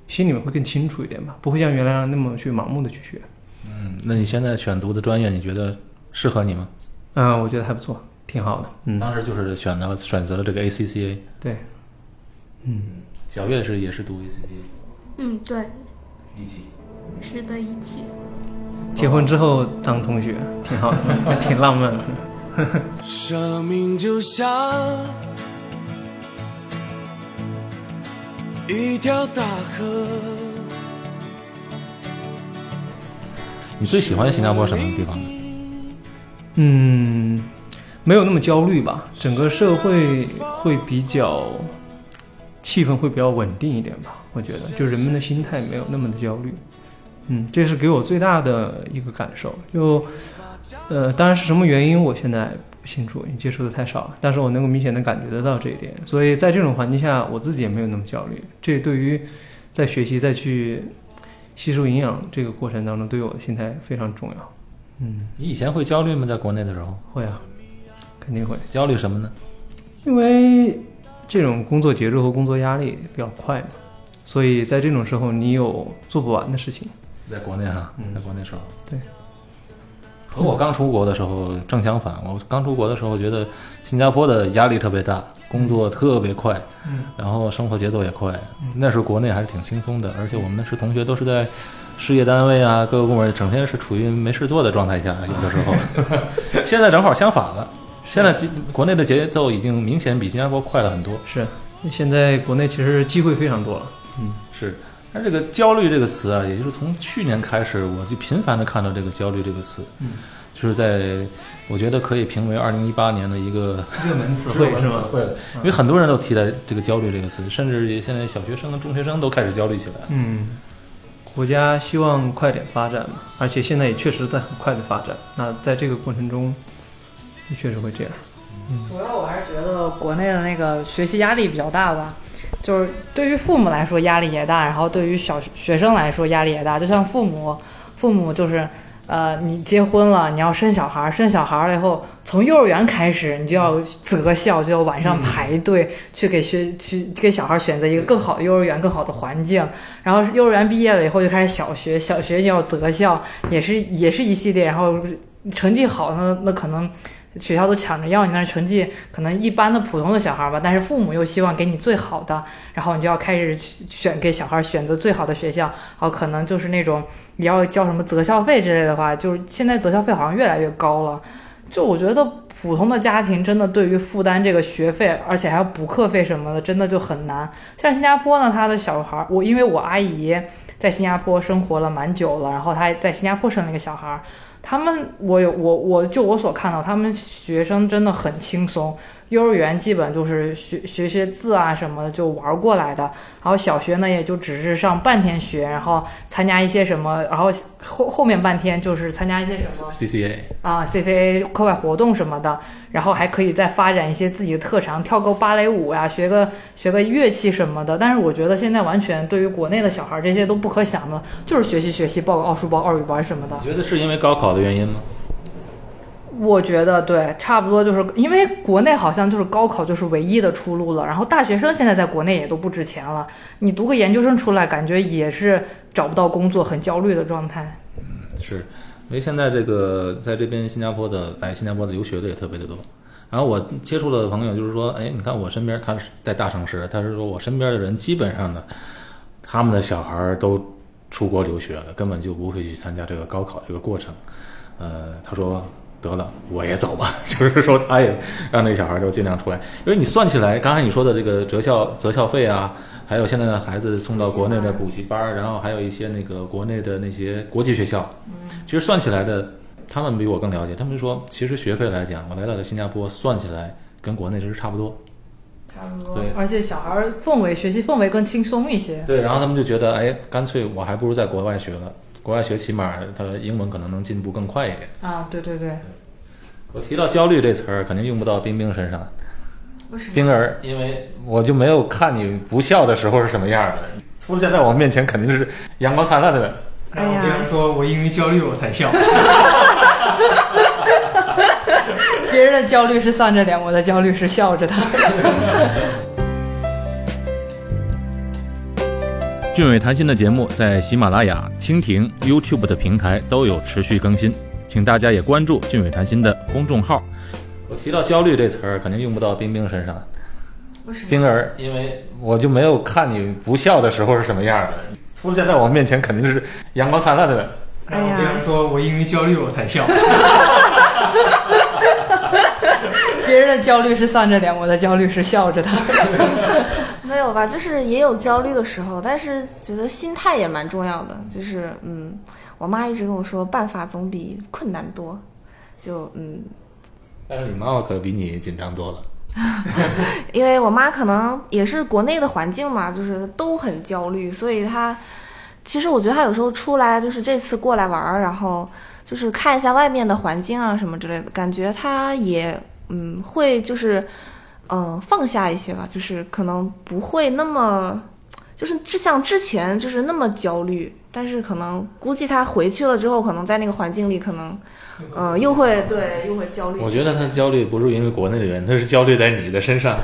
S5: 心里面会更清楚一点吧，不会像原来那么去盲目的去学。
S1: 嗯，那你现在选读的专业，你觉得适合你吗？
S5: 嗯、我觉得还不错，挺好的。嗯，
S1: 当时就是选了选择了这个 ACCA。
S5: 对，
S1: 小月是也是读 ACCA，
S4: 嗯，对，
S1: 一起。
S4: 是的，一起。
S5: 结婚之后当同学，挺好的， (laughs) 挺浪漫的。
S7: 生命就像一条大河。
S1: 你最喜欢新加坡什么地方呢？
S5: 嗯，没有那么焦虑吧，整个社会会比较气氛会比较稳定一点吧，我觉得，就人们的心态没有那么的焦虑。嗯，这是给我最大的一个感受。就，呃，当然是什么原因，我现在不清楚，因为接触的太少了。但是我能够明显的感觉得到这一点，所以在这种环境下，我自己也没有那么焦虑。这对于在学习、再去吸收营养这个过程当中，对我的心态非常重要。嗯，
S1: 你以前会焦虑吗？在国内的时候，
S5: 会啊，肯定会。
S1: 焦虑什么呢？
S5: 因为这种工作节奏和工作压力比较快嘛，所以在这种时候你有做不完的事情。
S1: 在国内哈，
S5: 嗯
S1: 在国内时候，
S5: 对。
S1: 和我刚出国的时候正相反，我刚出国的时候觉得新加坡的压力特别大，工作特别快，
S5: 嗯，
S1: 然后生活节奏也快。那时候国内还是挺轻松的，而且我们那时同学都是在事业单位啊，各个部门整天是处于没事做的状态下，有的时
S5: (laughs)
S1: 候。现在正好相反了，现在国内的节奏已经明显比新加坡快了很多。
S5: 是，现在国内其实机会非常多了。
S1: 是，但这个焦虑这个词啊，也就是从去年开始，我就频繁的看到这个焦虑这个词，
S5: 嗯，
S1: 就是在我觉得可以评为二零一八年的一个
S5: 热门词汇是
S1: 词
S5: 吗？
S1: 汇了，因为很多人都提到这个焦虑这个词，甚至也现在小学生、中学生都开始焦虑起来了。
S5: 嗯，国家希望快点发展嘛，而且现在也确实在很快的发展。那在这个过程中，也确实会这样。
S3: 主要我还是觉得国内的那个学习压力比较大吧，就是对于父母来说压力也大，然后对于小学生来说压力也大。就像父母，父母就是，呃，你结婚了，你要生小孩儿，生小孩儿了以后，从幼儿园开始你就要择校，就要晚上排队去给学去给小孩儿选择一个更好的幼儿园、更好的环境。然后幼儿园毕业了以后就开始小学，小学要择校，也是也是一系列，然后成绩好呢，那可能学校都抢着要你，但是成绩可能一般的普通的小孩儿吧，但是父母又希望给你最好的，然后你就要开始去选给小孩儿选择最好的学校，然后可能就是那种你要交什么择校费之类的话，就是现在择校费好像越来越高了，就我觉得普通的家庭真的对于负担这个学费，而且还有补课费什么的，真的就很难。像新加坡呢，他的小孩儿，我因为我阿姨在新加坡生活了蛮久了，然后她在新加坡生了一个小孩儿。他们，我有我我就我所看到，他们学生真的很轻松，幼儿园基本就是学学学字啊什么的就玩儿过来的，然后小学呢也就只是上半天学，然后参加一些什么，然后后后面半天就是参加一些什么
S1: CCA
S3: 啊 CCA 课外活动什么的，然后还可以再发展一些自己的特长，跳个芭蕾舞呀、学个学个乐器什么的。但是我觉得现在完全对于国内的小孩儿这些都不可想的，就是学习学习，报个奥数班、奥语班什么的
S1: 你。觉得是因为高考的原因吗？
S3: 我觉得对，差不多就是因为国内好像就是高考就是唯一的出路了，然后大学生现在在国内也都不值钱了，你读个研究生出来，感觉也是找不到工作，很焦虑的状态。
S1: 是因为现在这个在这边新加坡的来新加坡的留学的也特别的多。然后我接触的朋友就是说，哎，你看我身边，他是在大城市，他是说我身边的人基本上呢，他们的小孩儿都出国留学了，根本就不会去参加这个高考这个过程。呃，他说得了，我也走吧， (laughs) 就是说他也让那小孩儿都尽量出来，因为你算起来，刚才你说的这个择校择校费啊，还有现在的孩子送到国内的补习班儿，然后还有一些那个国内的那些国际学校，其实算起来的，他们比我更了解。他们说，其实学费来讲，我来到了新加坡，算起来跟国内其实差不多。
S3: 差不
S1: 多对
S3: 而且小孩儿氛围学习氛围更轻松一些。
S1: 对，然后他们就觉得，哎，干脆我还不如在国外学了，国外学起码他英文可能能进步更快一点。
S3: 啊，对对对，
S1: 我提到焦虑这词儿，肯定用不到冰冰身上。
S2: 为什么？
S1: 冰儿，因为我就没有看你不笑的时候是什么样儿的，出现在我面前肯定是阳光灿烂的。
S2: 哎
S5: 然后别
S2: 呀
S5: 人说我因为焦虑我才笑，
S3: 别人的焦虑是丧着脸，我的焦虑是笑着 (laughs) 的。
S1: 俊伟谈心的节目在喜马拉雅、蜻蜓、YouTube 的平台都有持续更新，请大家也关注俊伟谈心的公众号。我提到焦虑这词儿，肯定用不到冰冰身上。
S2: 为什么？
S1: 冰儿，因为我就没有看你不笑的时候是什么样儿的，出现在我面前肯定是阳光灿烂的。
S2: 哎
S6: 然后别
S2: 呀
S6: 人，说我因为焦虑我才笑，
S3: 别人的焦虑是丧着脸，我的焦虑是笑着的。
S2: (laughs) 没有吧，就是也有焦虑的时候，但是觉得心态也蛮重要的。就是嗯，我妈一直跟我说，办法总比困难多。就嗯，
S1: 但是你妈妈可比你紧张多了。
S2: 因为我妈可能也是国内的环境嘛，就是都很焦虑，所以她其实我觉得她有时候出来就是这次过来玩儿，然后就是看一下外面的环境啊什么之类的，感觉她也嗯会就是嗯、呃放下一些吧，就是可能不会那么就是之像之前就是那么焦虑，但是可能估计她回去了之后，可能在那个环境里可能呃又会对又会焦虑起来。
S1: 我觉得她焦虑不是因为国内的原因，她是焦虑在你的身上。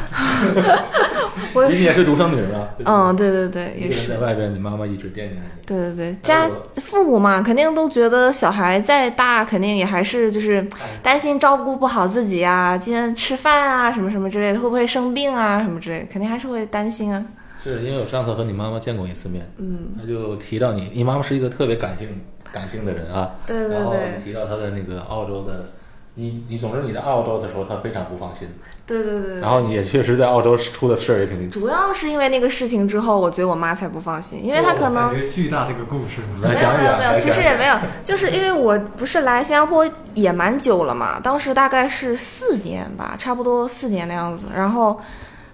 S2: 我也
S1: 你
S2: 是
S1: 也是独生女吧？对不对
S2: 嗯，对对对，
S1: 一
S2: 也
S1: 个人
S2: 是
S1: 在。外边，你妈妈一直惦记着你。
S2: 对对对，
S1: 还
S2: 家
S1: 有
S2: 父母嘛，肯定都觉得小孩再大，肯定也还是就是
S1: 哎
S2: 担心照顾不好自己呀、今天吃饭啊什么什么之类的，会不会生病啊什么之类的，肯定还是会担心啊。
S1: 是因为我上次和你妈妈见过一次面，
S2: 嗯，
S1: 她就提到你，你妈妈是一个特别感性感性的人啊。
S2: 对对
S1: 然后
S2: 对，
S1: 提到她的那个澳洲的，你你总之你在澳洲的时候，她非常不放心。
S2: 对对对
S1: 然。后你也确实在澳洲出的事儿也挺
S2: 主要是因为那个事情之后，我觉得我妈才不放心，因为
S1: 哦
S2: 她可能
S6: 感觉巨大的一个故事。
S1: 来
S2: 没有
S1: 讲
S2: 没
S1: 一
S2: 有
S1: 讲，
S2: 没有，
S1: 来
S2: 其实
S1: 讲
S2: 也没有，就是因为我不是来新加坡也蛮久了嘛，当时大概是四年吧，差不多四年那样子。然后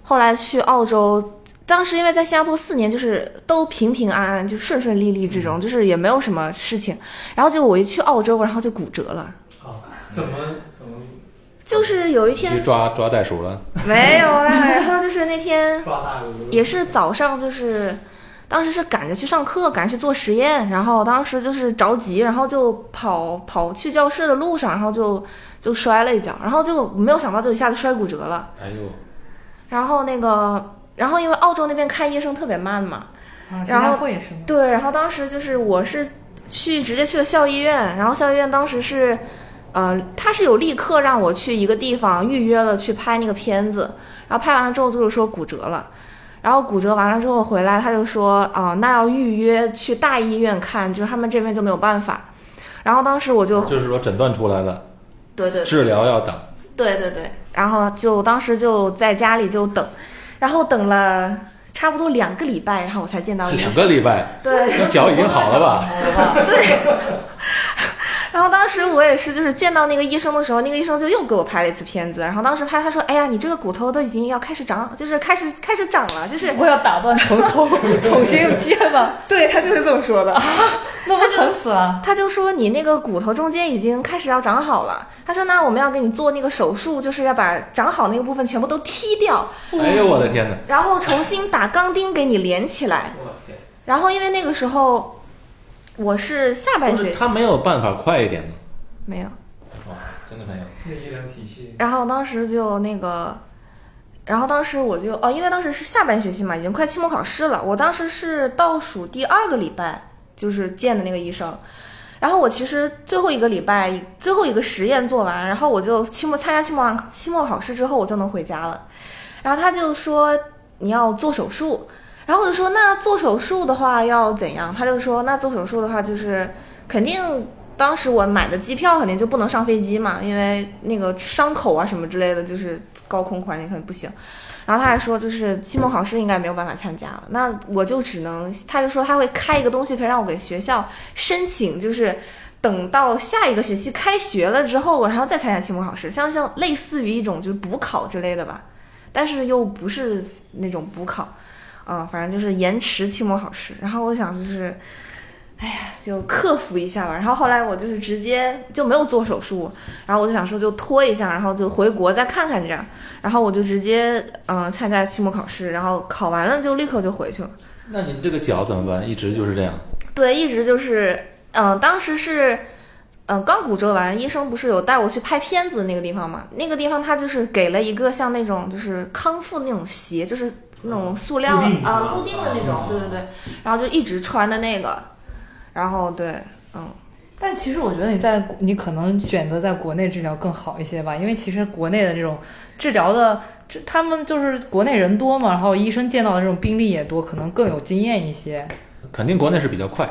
S2: 后来去澳洲，当时因为在新加坡四年就是都平平安安，就顺顺利利这
S1: 嗯
S2: 种，就是也没有什么事情。然后就我一去澳洲，然后就骨折了，
S6: 啊，怎么怎么
S2: 就是有一
S1: 你去
S2: 天
S1: 抓抓袋鼠了，
S2: 没有啦，然后就是那天
S6: 抓大鹅？
S2: 也是早上，就是当时是赶着去上课，赶着去做实验，然后当时就是着急，然后就跑跑去教室的路上，然后就就摔了一跤，然后就没有想到就一下子摔骨折了。
S1: 哎呦，
S2: 然后那个，然后因为澳洲那边看医生特别慢嘛，
S3: 啊，新
S2: 然后
S3: 加坡也是吗？
S2: 对，然后当时就是我是去直接去了校医院，然后校医院当时是，呃，他是有立刻让我去一个地方预约了去拍那个片子，然后拍完了之后就是说骨折了，然后骨折完了之后回来他就说啊、那要预约去大医院看，就是他们这边就没有办法，然后当时我就 (laughs)
S1: 就是说诊断出来了，
S2: 对对
S1: 治疗要等，
S2: 对对对，然后就当时就在家里就等，然后等了差不多两个礼拜，然后我才见到医
S1: 两
S2: 生，
S1: 个礼拜，
S2: 对。
S1: 那脚已经好了
S2: (laughs)
S1: 吧？
S2: 然后当时我也是，就是见到那个医生的时候，那个医生就又给我拍了一次片子。然后当时拍，他说：“哎呀，你这个骨头都已经要开始长，就是开始开始长了，就是
S3: 我要打 (laughs) 断从头重新接吧，
S2: (laughs) 对他就是这么说的。
S3: 那不疼死啊了？
S2: (laughs) 他就说你那个骨头中间已经开始要长好了。他说那我们要给你做那个手术，就是要把长好那个部分全部都踢掉，
S1: 哎呦我的天哪！
S2: 然后重新打钢钉给你连起来。
S6: 我天，
S2: 然后因为那个时候我是下半
S1: 不
S2: 学
S1: 是他没有办法快一点吗？
S2: 没有。”
S1: 哦，真的没有。
S6: 那医疗体系
S2: 然后当时就那个，然后当时我就哦，因为当时是下半学期嘛，已经快期末考试了，我当时是倒数第二个礼拜就是见的那个医生。然后我其实最后一个礼拜最后一个实验做完，然后我就期末参加期末期末考试之后，我就能回家了。然后他就说你要做手术，然后我就说那做手术的话要怎样？他就说那做手术的话就是肯定当时我买的机票肯定就不能上飞机嘛，因为那个伤口啊什么之类的，就是高空环境肯定不行。然后他还说，就是期末考试应该没有办法参加了，那我就只能，他就说他会开一个东西，可以让我给学校申请，就是等到下一个学期开学了之后，然后再参加期末考试，像像类似于一种就是补考之类的吧，但是又不是那种补考，啊、反正就是延迟期末考试。然后我想就是，哎呀，就克服一下吧。然后后来我就是直接就没有做手术，然后我就想说就拖一下，然后就回国再看看这样。然后我就直接嗯、呃参加期末考试，然后考完了就立刻就回去了。
S1: 那你这个脚怎么办？一直就是这样，
S2: 对，一直就是，嗯、当时是，嗯、刚骨折完，医生不是有带我去拍片子那个地方嘛？那个地方他就是给了一个像那种就是康复的那种鞋，就是那种塑料
S6: 固定的
S2: 啊、
S6: 啊
S2: 固定的那种
S1: 啊，
S2: 对对对，然后就一直穿的那个，然后对，嗯，
S3: 但其实我觉得你在国你可能选择在国内治疗更好一些吧，因为其实国内的这种治疗的，这他们就是国内人多 (laughs) 嘛，然后医生见到的这种病例也多，可能更有经验一些。
S1: 肯定国内是比较快。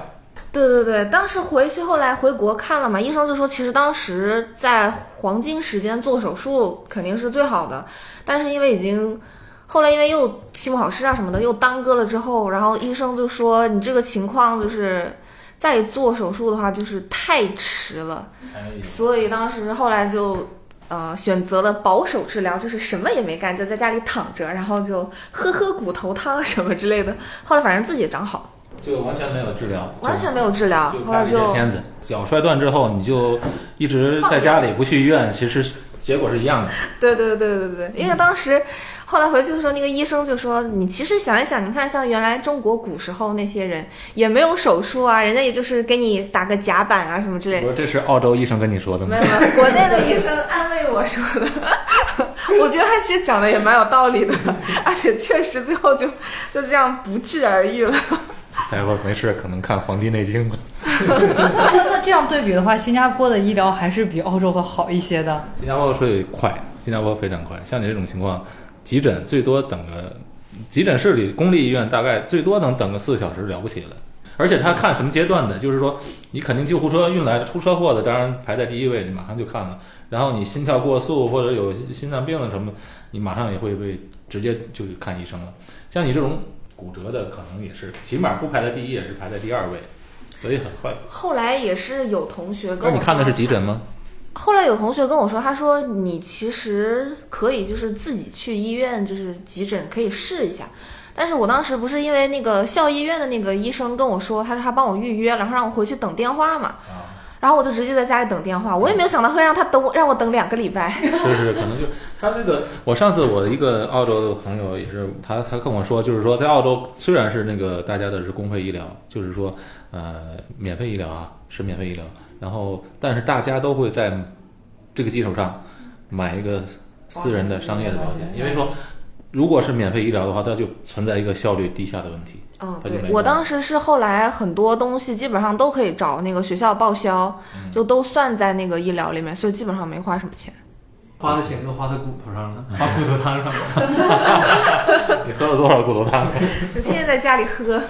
S2: 对对对，当时回去后来回国看了嘛，医生就说其实当时在黄金时间做手术肯定是最好的，但是因为已经后来因为又期末考试啊什么的又耽搁了之后，然后医生就说你这个情况就是再做手术的话就是太迟了，
S1: 哎
S2: 所以当时后来就。呃，选择了保守治疗，就是什么也没干，就在家里躺着，然后就喝喝骨头汤什么之类的。后来反正自己也长好了，
S1: 就完全没有治疗，
S2: 完全没有治疗。
S1: 就
S2: 后来
S1: 拍了一些
S2: 就
S1: 片子。脚摔断之后，你就一直在家里不去医院，其实结果是一样的。
S2: (laughs) 对对对对对，因为当时后来回去的时候，那个医生就说：“你其实想一想，你看像原来中国古时候那些人也没有手术啊，人家也就是给你打个夹板啊什么之类
S1: 我
S2: 的。
S1: 说这是澳洲医生跟你说的”
S2: 没
S1: 吗？
S2: 有没有，国内的医生安慰我说的， (laughs) 我觉得他其实讲的也蛮有道理的，而且确实最后就就这样不治而愈了。
S1: 待会儿没事可能看《黄帝内经》吧。
S3: 那那这样对比的话，新加坡的医疗还是比澳洲和好一些的。
S1: 新加坡会快，新加坡非常快。像你这种情况，急诊最多等个，急诊室里公立医院大概最多能等个四个小时了不起了。而且他看什么阶段的，就是说你肯定救护车运来的，出车祸的当然排在第一位，你马上就看了。然后你心跳过速或者有心脏病什么，你马上也会被直接就去看医生了。像你这种骨折的，可能也是起码不排在第一，也是排在第二位，所以很快。
S2: 后来也是有同学跟
S1: 那
S2: 我
S1: 你看的是
S2: 说
S1: 急诊吗？
S2: 后来有同学跟我说，他说你其实可以就是自己去医院，就是急诊可以试一下。但是我当时不是因为那个校医院的那个医生跟我说，他说他帮我预约了，然后让我回去等电话嘛。
S1: 啊
S2: 然后我就直接在家里等电话，我也没有想到会让他等我，让我等两个礼拜。
S1: 是是，可能就他这个，我上次我一个澳洲的朋友也是，他他跟我说，就是说在澳洲虽然是那个大家的是公费医疗，就是说呃免费医疗啊是免费医疗，然后但是大家都会在这个基础上买一个私人的商业的保险，因为说如果是免费医疗的话，它就存在一个效率低下的问题。
S2: 嗯，
S1: 他就没
S2: 对，
S1: 有
S2: 我当时是后来很多东西基本上都可以找那个学校报销，
S1: 嗯
S2: 就都算在那个医疗里面，所以基本上没花什么钱。
S6: 花的钱都花在骨头上了，花骨头汤上了。
S1: 你喝了多少骨头汤？
S2: 就 (laughs) 天天在家里喝，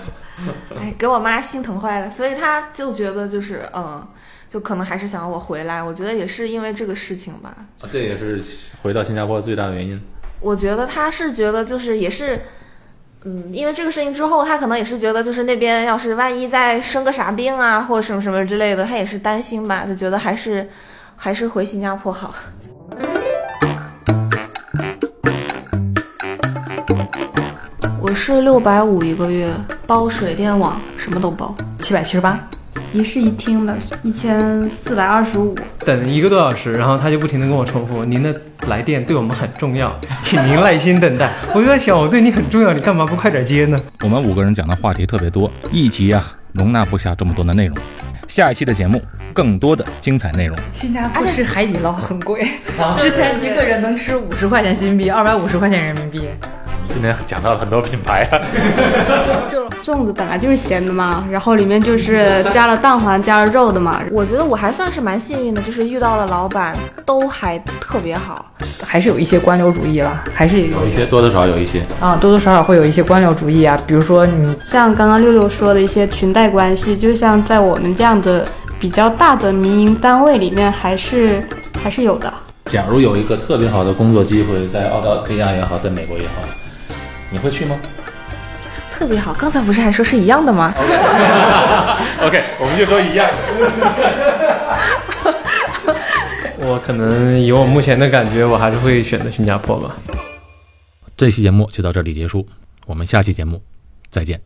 S2: 哎，给我妈心疼坏了，所以她就觉得就是嗯，就可能还是想要我回来。我觉得也是因为这个事情吧，
S1: 这也是回到新加坡最大的原因。
S2: 我觉得她是觉得就是也是。嗯，因为这个事情之后，她可能也是觉得，就是那边要是万一再生个啥病啊，或者什么什么之类的，她也是担心吧，就觉得还是还是回新加坡好。 (laughs) 我是六百五一个月，包水电网，什么都包。
S3: 七百七十八，
S8: 一室一厅的，一千四百二十五。
S5: 等一个多小时，然后他就不停的跟我重复：“您的来电对我们很重要， (laughs) 请您耐心等 (laughs) 待。”我就在想，我对你很重要，你干嘛不快点接呢？
S1: 我们五个人讲的话题特别多，一集啊容纳不下这么多的内容。下一期的节目，更多的精彩内容。
S3: 新加坡吃海底捞很贵，
S1: 啊
S3: 之前一个人能吃五十块钱新币，二百五十块钱人民币。
S1: 今天讲到了很多品牌啊，
S8: 就粽子本来就是咸的嘛，然后里面就是加了蛋黄、加了肉的嘛。
S2: 我觉得我还算是蛮幸运的，就是遇到的老板都还特别好。
S3: 还是有一些官僚主义啦，还是有
S1: 有一些多多少少有一些。
S3: 啊，多多少少会有一些官僚主义啊，比如说你
S8: 像刚刚六六说的一些裙带关系，就像在我们这样的比较大的民营单位里面，还是还是有的。
S1: 假如有一个特别好的工作机会，在澳大利亚也好，在美国也好，你会去吗
S2: 特别好，刚才不是还说是一样的吗？
S1: ？OK，我们就说一样。
S5: 我可能以我目前的感觉，我还是会选择新加坡吧。
S1: 这期节目就到这里结束，我们下期节目再见。